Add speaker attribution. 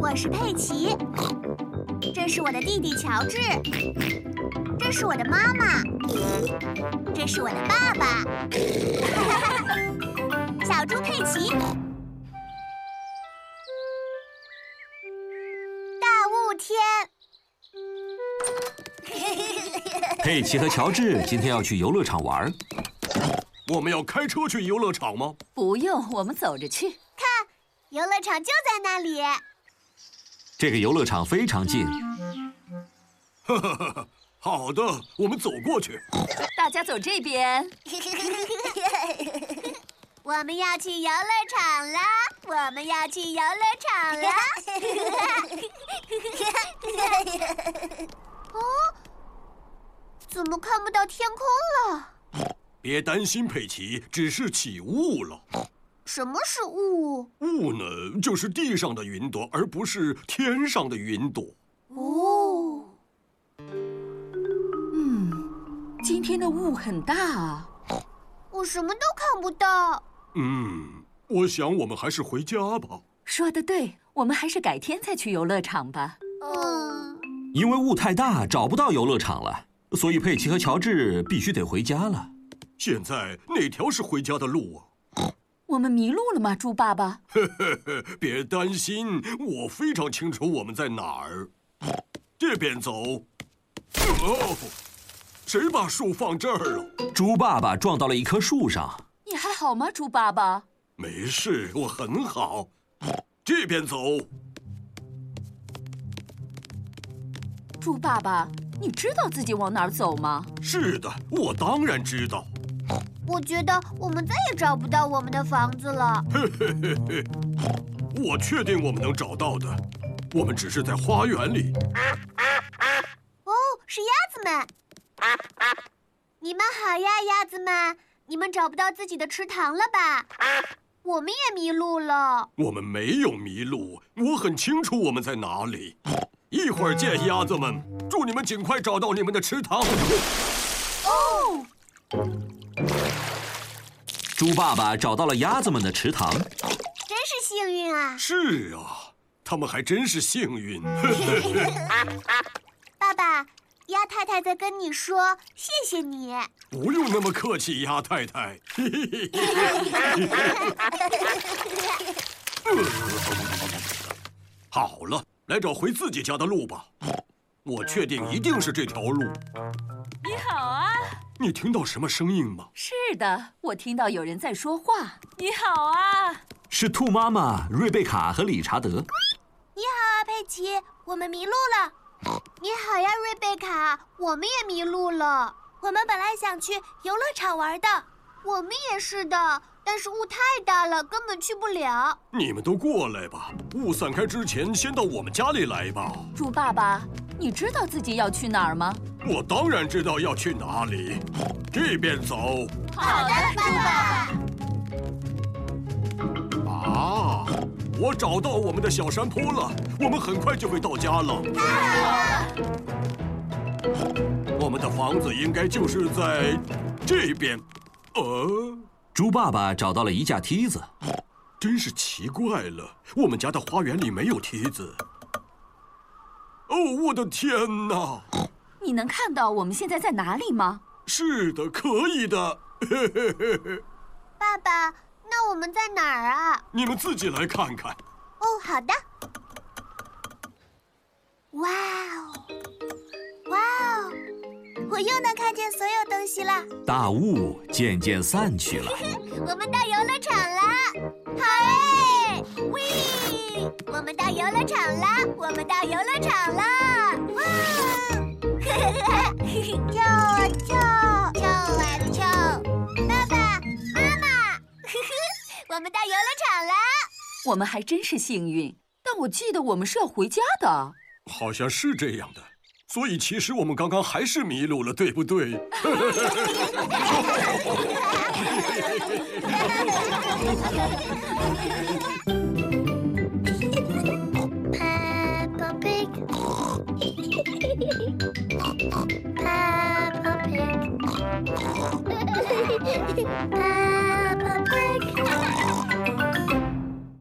Speaker 1: 我是佩奇，这是我的弟弟乔治，这是我的妈妈，这是我的爸爸， 小猪佩奇。大雾天，
Speaker 2: 佩奇和乔治今天要去游乐场玩，
Speaker 3: 我们要开车去游乐场吗？
Speaker 4: 不用，我们走着去。
Speaker 1: 游乐场就在那里。
Speaker 2: 这个游乐场非常近，
Speaker 3: 好的，我们走过去。
Speaker 4: 大家走这边，
Speaker 1: 我们要去游乐场啦！我们要去游乐场啦！哦，怎么看不到天空了？
Speaker 3: 别担心，佩奇，只是起雾了。
Speaker 1: 什么是雾？
Speaker 3: 雾呢，就是地上的云朵，而不是天上的云朵。
Speaker 1: 哦，
Speaker 4: 嗯今天的雾很大啊。
Speaker 1: 我什么都看不到。
Speaker 3: 嗯，我想我们还是回家吧。
Speaker 4: 说的对，我们还是改天再去游乐场吧。
Speaker 1: 嗯，
Speaker 2: 因为雾太大，找不到游乐场了，所以佩奇和乔治必须得回家了。
Speaker 3: 现在哪条是回家的路啊？
Speaker 4: 我们迷路了吗，猪爸爸？
Speaker 3: 呃，别担心，我非常清楚我们在哪儿。这边走。哦，谁把树放这儿了？
Speaker 2: 猪爸爸撞到了一棵树上，
Speaker 4: 你还好吗，猪爸爸？
Speaker 3: 没事，我很好。这边走。
Speaker 4: 猪爸爸，你知道自己往哪儿走吗？
Speaker 3: 是的，我当然知道。
Speaker 1: 我觉得我们再也找不到我们的房子了。
Speaker 3: 我确定我们能找到的。我们只是在花园里。
Speaker 1: 哦，是鸭子们！你们好呀，鸭子们！你们找不到自己的池塘了吧？我们也迷路了。
Speaker 3: 我们没有迷路，我很清楚我们在哪里。一会儿见，鸭子们，祝你们尽快找到你们的池塘。
Speaker 2: 猪爸爸找到了鸭子们的池塘。
Speaker 1: 真是幸运啊！
Speaker 3: 是啊，他们还真是幸运。
Speaker 1: 爸爸，鸭太太在跟你说谢谢你。
Speaker 3: 不用那么客气，鸭太太。 好了，来找回自己家的路吧。我确定一定是这条路。
Speaker 4: 你好啊。
Speaker 3: 你听到什么声音吗？
Speaker 4: 是的，我听到有人在说话。你好啊。
Speaker 2: 是兔妈妈、瑞贝卡和理查德。
Speaker 1: 你好啊，佩奇，我们迷路了。你好呀，瑞贝卡，我们也迷路了。我们本来想去游乐场玩的，我们也是的，但是雾太大了，根本去不了。
Speaker 3: 你们都过来吧，雾散开之前，先到我们家里来吧。
Speaker 4: 猪爸爸，你知道自己要去哪儿吗？
Speaker 3: 我当然知道要去哪里，这边走
Speaker 4: 好的，
Speaker 1: 爸爸，
Speaker 3: 啊！我找到我们的小山坡了，我们很快就会到家了。我们的房子应该就是在这边。呃，
Speaker 2: 猪爸爸找到了一架梯子，
Speaker 3: 真是奇怪了，我们家的花园里没有梯子。哦，我的天哪！
Speaker 4: 你能看到我们现在在哪里吗？
Speaker 3: 是的，可以的，
Speaker 1: 爸爸，那我们在哪儿啊？
Speaker 3: 你们自己来看看。
Speaker 1: 哦，好的。哇哦，哇哦，我又能看见所有东西了。
Speaker 2: 大雾渐渐散去了。
Speaker 1: 我们到游乐场啦！好哎，喂！我们到游乐场啦！我们到游乐场啦！哇！跳啊跳，跳啊跳！爸爸妈妈，我们到游乐场啦！
Speaker 4: 我们还真是幸运，但我记得我们是要回家的。
Speaker 3: 好像是这样的。所以其实我们刚刚还是迷路了，对不对？
Speaker 5: Peppa Pig. Peppa Pig. Peppa